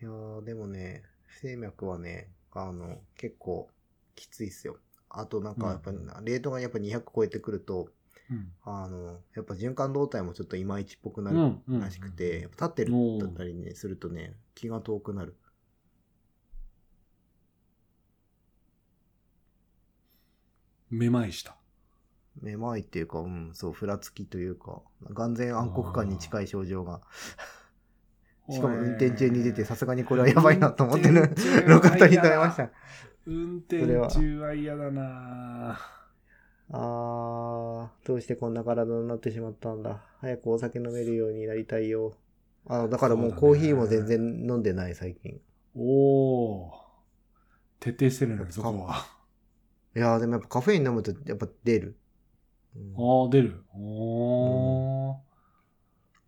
いやー、でもね、不整脈はね、あの、結構きついっすよ。あとなんか、やっぱ、
うん
レートがやっぱ200超えてくると、
うん。
あの、やっぱ循環動態もちょっといまいちっぽくな
う
る
んうん
らしくて、やっぱ立ってるだったりね、するとね、気が遠くなる。
めまいした。
めまいっていうか、うん、そう、ふらつきというか、眼前暗黒感に近い症状がしかも運転中に出て、さすがにこれはやばいなと思ってる。 路肩に止めまし。た。
運転中は嫌だな
あー、どうしてこんな体になってしまったんだ。早くお酒飲めるようになりたいよ。あだからもうコーヒーも全然飲んでない最近。
おお徹底してるね、そこは。
いやーでもやっぱカフェイン飲むとやっぱ出る。うん
ああ、出る。おー、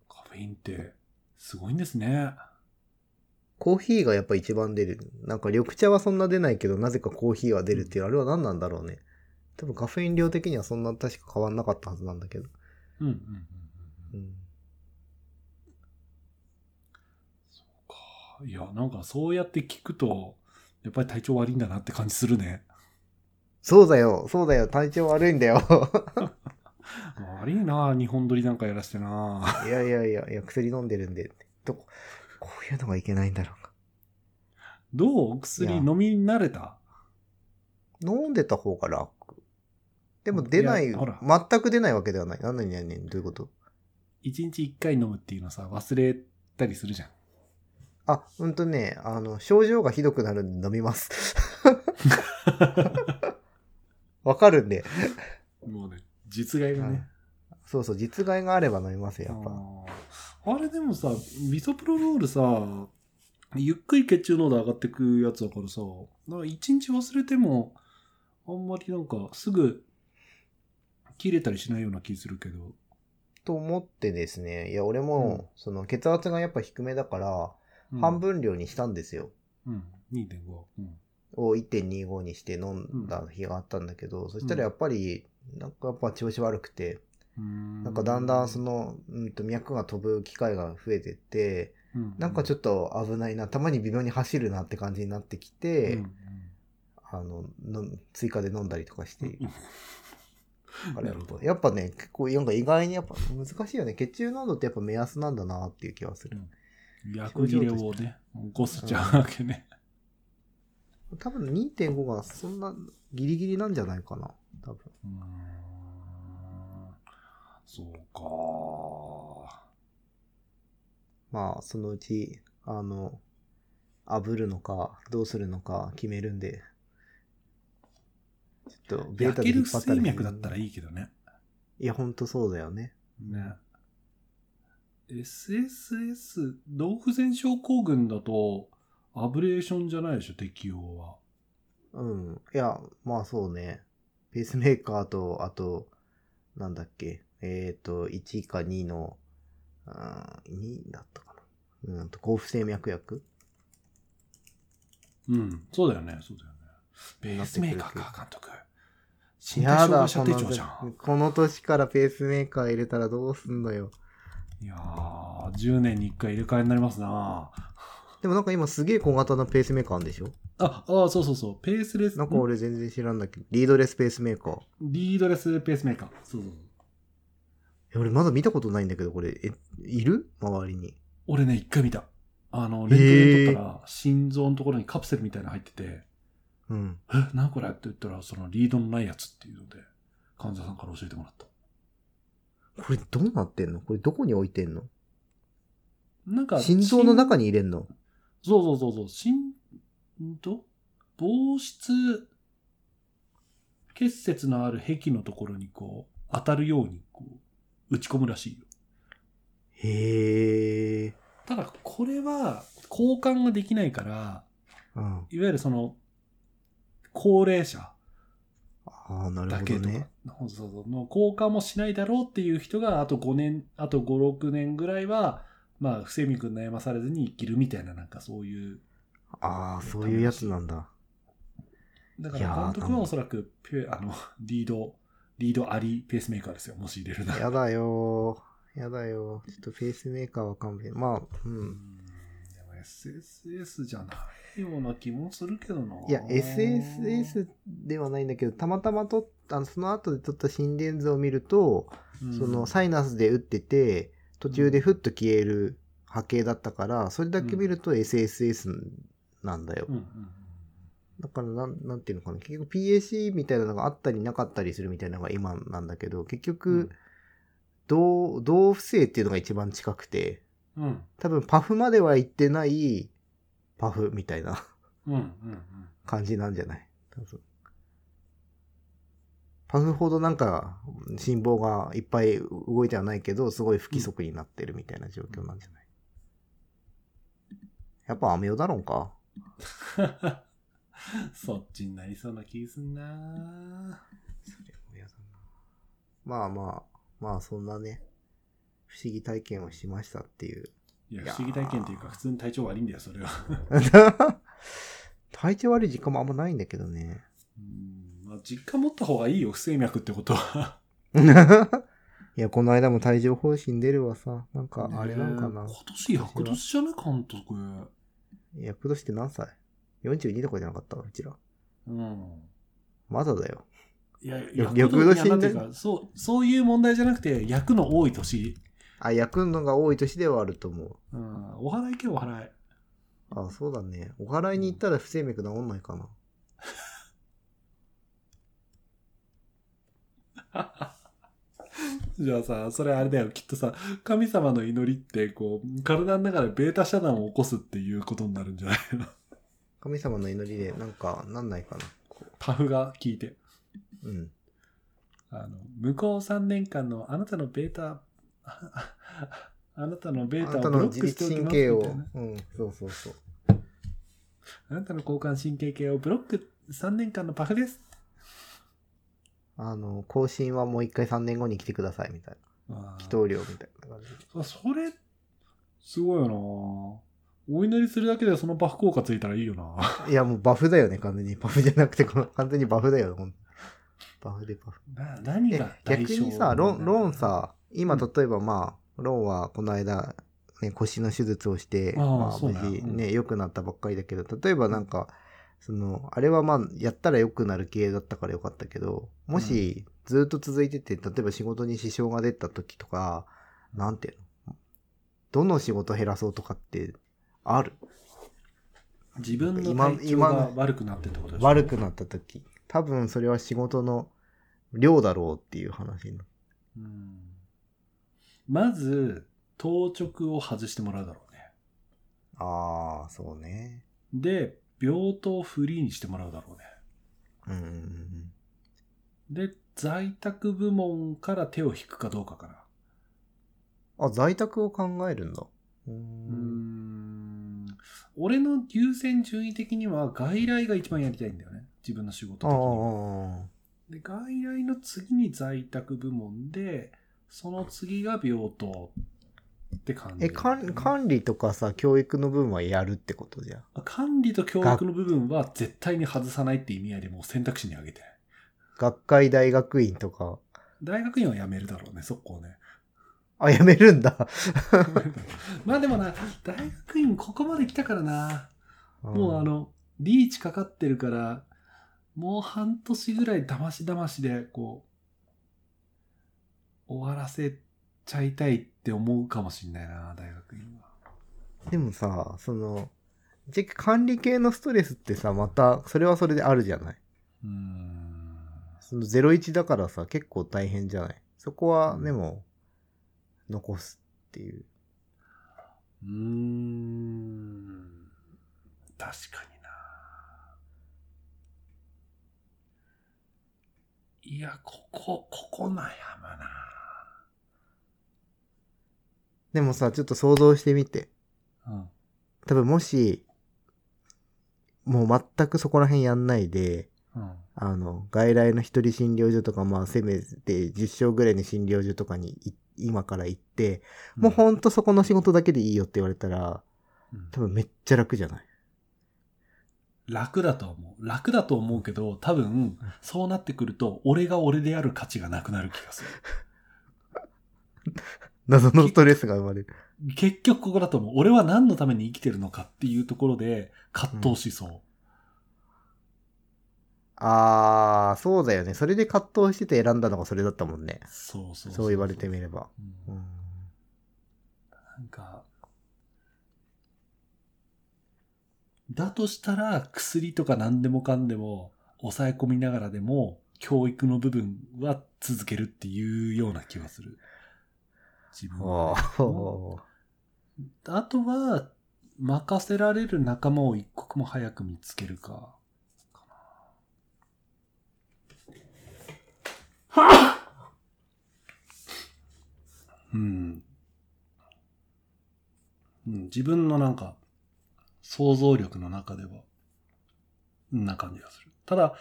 カフェインって、すごいんですね。
コーヒーがやっぱ一番出る。なんか緑茶はそんな出ないけど、なぜかコーヒーは出るっていう、あれは何なんだろうね。多分カフェイン量的にはそんな確か変わんなかったはずなんだけど。
うんうんうんうんう。
うんん。
そうか。いや、なんかそうやって聞くと、やっぱり体調悪いんだなって感じする ね。
そうだよ、そうだよ、体調悪いんだ よ。
悪いな、日本撮りなんかやらして な。
いやいやいや、いや薬飲んでるんで。どこ、こういうのがいけないんだろうか。
どう薬
いや
飲み慣れた
飲んでた方が楽。でも出ない、
いやほら
全く出ないわけではない。何何何どういうこと
一日一回飲むっていうのさ、忘れたりするじゃん。
あ、ほんとね、あの、症状がひどくなるんで飲 みます。わかるんで。
もうね、実害がね。
そうそう、実害があれば飲みますよ、やっぱ。
あーあれでもさビソプロロールさゆっくり血中濃度上がってくやつだからさなんか一日忘れてもあんまりなんかすぐ切れたりしないような気するけど
と思ってですね、いや、俺も、
うん
その、血圧がやっぱ低めだから、
うん
半分量にしたんですよ。
うん2.5うん
を1.25にして飲んだ日があったんだけど、そしたらやっぱり、なんかやっぱ調子悪くて、
うーん
なんかだんだんその、うんと脈が飛ぶ機会が増えてって、なんかちょ
っ
っと危ないな、たまに微妙に走るなって感じになってきて、あの、の追加で飲んだりとかしている。あれ
なるほど
やっぱね、結構なんか意外にやっぱ難しいよね。血中濃度ってやっぱ目安なんだなっていう気がする。
薬切れをね起こしちゃうわけね、
多分2.5がそんなギリギリなんじゃないかな。多分。
うーんそうか
まあ、そのうち、あの、炙るのか、どうするのか決めるんで。ちょっと、ベー
焼
タ
け
で引
る
っ張った
水
り。
脈だったらいいけどね
いや、ほんとそうだよね。
ね。SSS、動不全症候群だと、アブレーションじゃないでしょ、適用は。
うん。いや、まあそうね。ペースメーカーと、あと、なんだっけ。えっ、と、1か2の、あー2だったかな。うんと、交付性脈薬
うん、そうだよね、そうだよね。ベースメーカー
なって
か、監督。身体障害者手帳じゃ
この
ん。
この年からペースメーカー入れたらどうすんのよ。
いやー、10年に1回入れ替えになりますな
でもなんか今すげえ小型のペースメーカーあるんでしょ
あ、あそうそうそう、ペースレス、
なんか俺全然知らんだけど、リードレスペースメーカー。
リードレスペースメーカー。そうそうそう。
え俺まだ見たことないんだけど、これ、え、いる周りに。
俺ね、1回見た。あの、レントゲン撮ったら、心臓のところにカプセルみたいなの入ってて、
うん。
え、なこれって言ったら、そのリードのないやつっていうので、患者さんから教えてもらった。
これどうなってんのこれどこに置いてんの
なんか、
心臓の中
に
に入れんの
そうそうそうそう、心、んと防湿、結節のある壁のところにこう、当たるようにこう、打ち込むらしいよ。
へえ。
ただ、これは、交換ができないから、
うん。
いわゆるその、高齢者
ああ、なる
だ
ほ
けと
ど
か、
ね。
そうそうそうの交換もしないだろうっていう人が、あと5年、あと5、6年ぐらいは、まあ、不整脈に悩まされずに生きるみたいな、なんかそういう
ああ、そういうやつなんだ。
だか
いや
ら
ー
監督はおそらくピュあの リード、リードありペースメーカーですよ、もし入れるなら。
やだよー。やだよー。ちょっとペースメーカーは勘弁。まあ、う。
うんんでも SSS じゃないような気もするけどな。
いや、SSS ではないんだけど、たまたまとあの、その後で撮った心電図を見ると、
うん、
そのサイナスで打ってて、途中でふっと消える波形だったから、それだけ見ると SSS なんだよ
うん。うんうん
だからなん、なんていうのかな。結局 PAC みたいなのがあったりなかったりするみたいなのが今なんだけど、結
うん
局、同、同不正っていうのが一番近くて、
うんうん
多分パフまでは行ってないパフみたいな
うんうん
感じなんじゃない多分パフほどなんか心房がいっぱい動いてはないけど、すごい不規則になってるみたいな状況なんじゃないやっぱアメオダロンか。
そっちになりそうな気すんな
まあまあ、まあそんなね、不思議体験をしましたっていう。
いや
いやー
不思議体験っていうか普通に体調悪いんだよそれは
体調悪い時間もあんまないんだけどね。
うんまあ実家持った方がいいよ不整脈ってことは
いや、この間も帯状疱疹出るわさ。なんか、あれなのかな。
ねえ今年100年じゃね監督
役年って何歳 ?42 とかじゃなかったうちら。
うん
まだだよ。
いや、
よ
役
よく年
いやなんてい
ね
うか、そう、そういう問題じゃなくて、役の多い年。
あ、役のが多い年ではあると思う。
うん、お祓いけお祓い。
あ、そうだね。お祓いに行ったら不整脈治んないかな。
じゃあさ、それあれだよ、きっとさ、神様の祈りって、こう、体の中でベータ遮断を起こすっていうことになるんじゃないの
神様の祈りでなんかなんないかな。こ
パフが効いて。
ううん。
あの、向こう3年間のあなたのベータ、 あああなたのベ
あ
ータ
な
を
た
ブロ
の
ッ
自
クして
律
おき
神
ますみたいな。。
経をうん、そうそうそう。
あなたの交感神経系をブロック3年間のパフです。
あの、更新はもう一回3年後に来てくださいみたい
あ
な。
ー
祈祷料みたいな感じ。
あそれ、すごいよなお祈りするだけでそのバフ効果ついたらいいよな
いや、もうバフだよね、完全に。バフじゃなくて、この完全にバフだよ、ほんとバフでバフ。
な何
え
が代
逆
償
にさ、ロン、ロン
あ
さ、今、例えばまあ、ロンはこの間、ね、腰の手術をして、
あー
まあ、
そう
無
だ
事
うん
ね、良くなったばっかりだけど、例えばなんか、その、あれはまあ、やったら良くなる系だったから良かったけど、もし、ずっと続いてて、例えば仕事に支障が出た時とか、なんていうのどの仕事減らそうとかって、ある
自分の
今
体調
今
が
の
悪くなってってことでしょ
悪くなった時多分それは仕事の量だろうっていう話になる
うんまず、当直を外してもらうだろうね。
ああそうね
で、病棟フリーにしてもらうだろうね。
うんうんうん
で、在宅部門から手を引くかどうかかな。
うんあ在宅を考えるんだうー
うー
ん
ん。俺の優先順位的には外来が一番やりたいんだよね。自分の仕事
あ
的には。
あ
で外来の次に在宅部門でその次が病棟って感じ
え管管理とかさ教育の分はやるってことじゃん
あ管理と教育の部分は絶対に外さないって意味合いでもう選択肢に挙げて
学会大学院とか
大学院はやめるだろうね速攻 ね
あやめるんだ
まあでもな大学院ここまで来たからな もうあ
ん
のリーチかかってるからもう半年ぐらいだましだましでこう終わらせちゃいたいって思うかもしんないな大学院は。
でもさそのじゃ管理系のストレスってさまたそれはそれであるじゃないう
ーん
その01だからさ、結構大変じゃないそこは、でも、残すっていう。
うーん確かにないやここここ悩むな
でもさ、ちょっと想像してみて。
うん
多分もし、もう全くそこら辺やんないで、
うん
あの、外来の一人診療所とか、まあ、せめて10床ぐらいの診療所とかにい今から行って、もうほんとそこの仕事だけでいいよって言われたら、
うん
多分めっちゃ楽じゃない
楽だと思う楽だと思うけど多分そうなってくると俺が俺である価値がなくなる気がする
謎のストレスが生まれる。
結局ここだと思う俺は何のために生きてるのかっていうところで葛藤しそう、
あー、そうだよね。それで葛藤してて選んだのがそれだったもんね。
そうそう
そう言われてみれば。
うん
う
なんか、だとしたら薬とか何でもかんでも抑え込みながらでも教育の部分は続けるっていうような気はする。自分は。
おー
あとは、任せられる仲間を一刻も早く見つけるか。かなうん。うん、自分のなんか、想像力の中では、んな感じがする。ただ、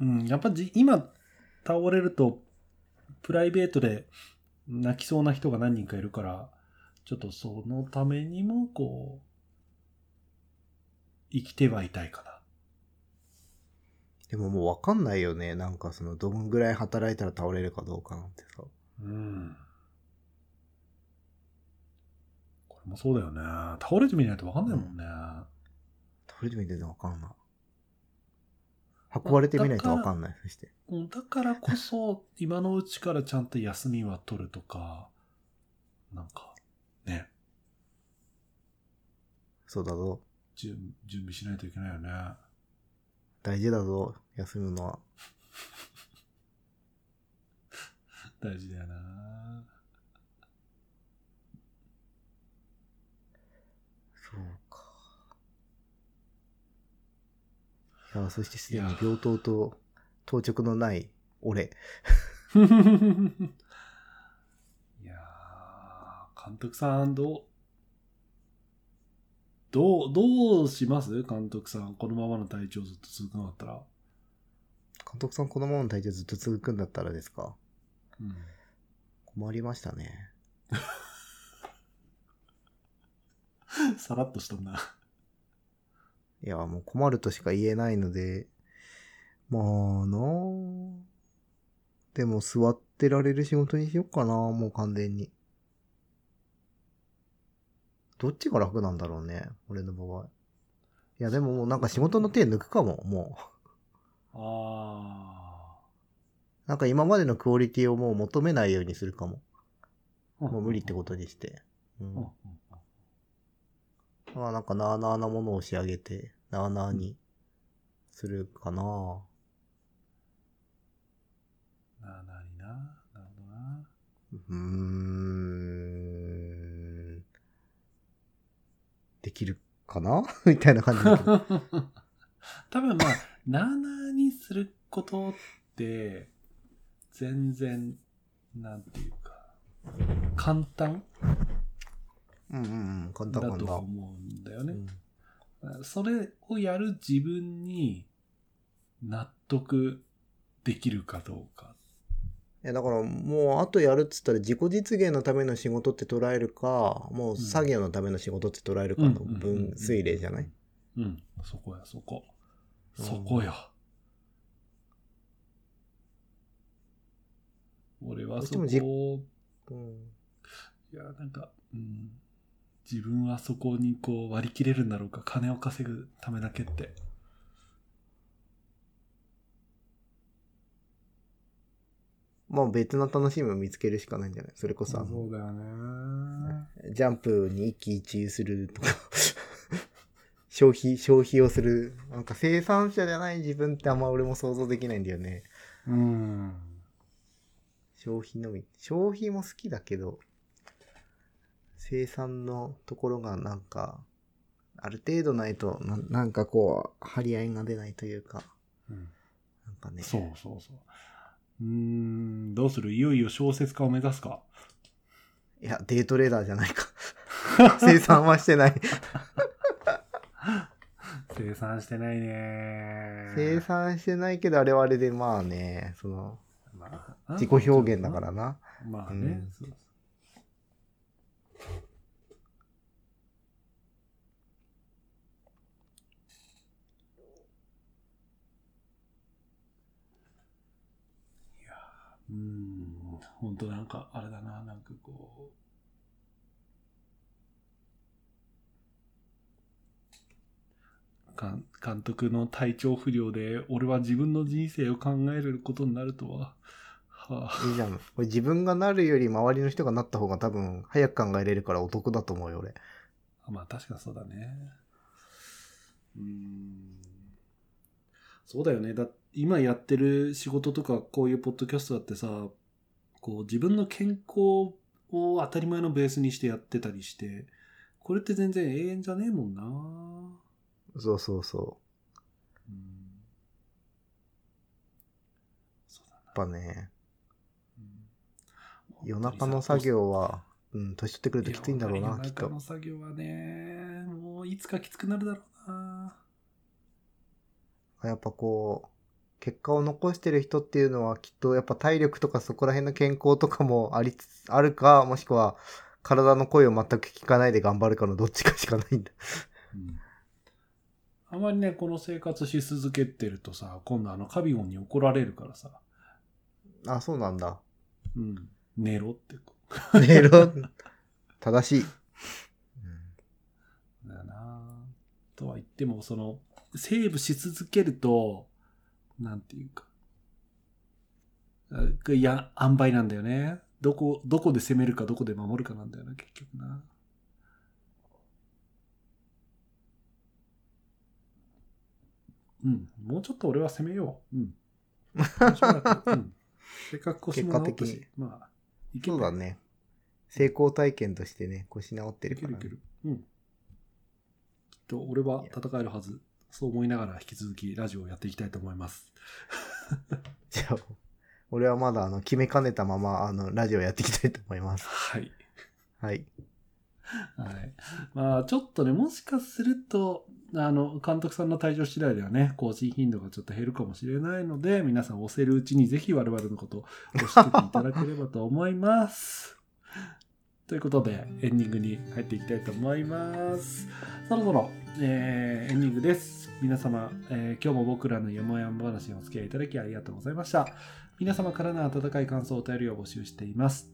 うん、やっぱじ今、倒れると、プライベートで泣きそうな人が何人かいるから、ちょっとそのためにも、こう、生きてはいたいかな。
でももうわかんないよね。なんかその、どんぐらい働いたら倒れるかどうかなんてさ。
うん。これもそうだよね。倒れてみないと分かんないもんね。
倒れてみてわかんない。運ばれてみないとわかんない。そして。
うんだからこそ、今のうちからちゃんと休みは取るとか、なんか、ね、
そうだぞ。
準準備しないといけないよね。
大事だぞ。休むのは。
大事だよな。
そうか。いや、そしてすでに病棟と当直のない俺。
いやー、監督さん、どう、どう、どうします監督さん、このままの体調ずっと続くのだったら。
監督さんこのままの体調ずっと続くんだったらですか
うん。
困りましたね。
さらっとしたんだ。
いや、もう困るとしか言えないので、まあなあでも座ってられる仕事にしよっかなもう完全に。どっちが楽なんだろうね、俺の場合。いや、でももうなんか仕事の手抜くかも、もう。
あ
なんか今までのクオリティをもう求めないようにするかも。
ー。
もう無理ってことにして。う
うんん。うん
まあなんかなあなあなものを仕上げて、なあなあにするかな
なあ、なにな。なるほどな。
うーん。できるかな みたいな感じだ けど。
多分まあ、なあなあにすることって、全然、なんていうか、簡単
うんうんうん。簡
だ
単簡
と
単。
思うんだよ
う
ね。
ん
それをやる自分に納得できるかどうか。
いやだからもうあとやるっつったら自己実現のための仕事って捉えるか、もう作業のための仕事って捉えるかの分水例じゃない
うん、そこや、そこ。
うん
そこよ。俺は
どう
そ
して
こ
もじ
を
うん
いや、なんか、うん、自分はそこにこう割り切れるんだろうか、金を稼ぐためだけって。
まあ別の楽しみを見つけるしかないんじゃないそれこそあの、
だよね。
ジャンプに一喜一憂するとか、 消費、消費をする。なんか生産者じゃない自分ってあんま俺も想像できないんだよね。
うん。
消費のみ。消費も好きだけど、生産のところがなんか、ある程度ないと、ななんかこう、張り合いが出ないというか、
うん、
なんかね。
そうそうそう。うーん、どうするいよいよ小説家を目指すか。
いや、デイトレーダーじゃないか。生産はしてない。
生産してないね。
生産してないけど、あれはあれでまあね、その、
まあ
自己表現だから。な。
まあ
う
ね
ん。
そうそういやーうーん本当なんかあれだななんかこうかん監督の体調不良で俺は自分の人生を考えることになるとははあ
いいじゃん。これ自分がなるより周りの人がなった方が多分早く考えれるからお得だと思うよ、俺。
あまあ確かにそうだね。うーん。そうだよね。だ今やってる仕事とかこういうポッドキャストだってさ、こう自分の健康を当たり前のベースにしてやってたりして、これって全然永遠じゃねえもんな。
そうそうそう。
うん。そうだ
やっぱね、
うん
夜中の作業はうん、年取ってくるときついんだろう
や
な、
わかる
きっ
よ中
と
の。作業はね、もういつかきつくなるだろうな。
やっぱこう、結果を残してる人っていうのはきっとやっぱ体力とかそこら辺の健康とかもありつつ、あるか、もしくは体の声を全く聞かないで頑張るかのどっちかしかないんだ。
うんあまりね、この生活し続けてるとさ、今度あのカビゴンに怒られるからさ、
あ、そうなんだ。
うん、寝ろってこ
ねえろ。 正しい。
とだよな。とは言っても、その、セーブし続けると、なんていうか、あいや、塩梅なんだよね。どこ、どこで攻めるかどこで守るかなんだよな、結局な。うん、もうちょっと俺は攻めよう。 うん。しばらくうんせっかく腰も治った
結果
し、まあ、いけ
そ
る
うだね。成功体験としてね、腰治って
い
る
け
か
る
ら
い
ね、
ける。うん。きっと俺は戦えるはず。そう思いながら引き続きラジオをやっていきたいと思います。
じゃあ、俺はまだあの、決めかねたまま、あの、ラジオやっていきたいと思います。
はい。
はい。
はい。まあ、ちょっとね、もしかすると、あの、監督さんの退場次第ではね、更新頻度がちょっと減るかもしれないので、皆さん押せるうちにぜひ我々のことを押し付けていただければと思います。ということで、エンディングに入っていきたいと思います。そろそろ、えーエンディングです。皆様、えー今日も僕らの山々話にお付き合いいただきありがとうございました。皆様からの温かい感想お便りを募集しています。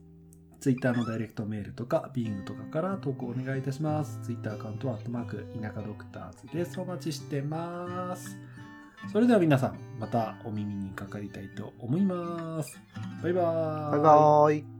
Twitter のダイレクトメールとか、ビームとかから投稿お願いいたします。Twitter アカウントは、アットマーク、田舎ドクターズです。お待ちしてます。それでは皆さん、またお耳にかかりたいと思います。バイバー
バイバーイ。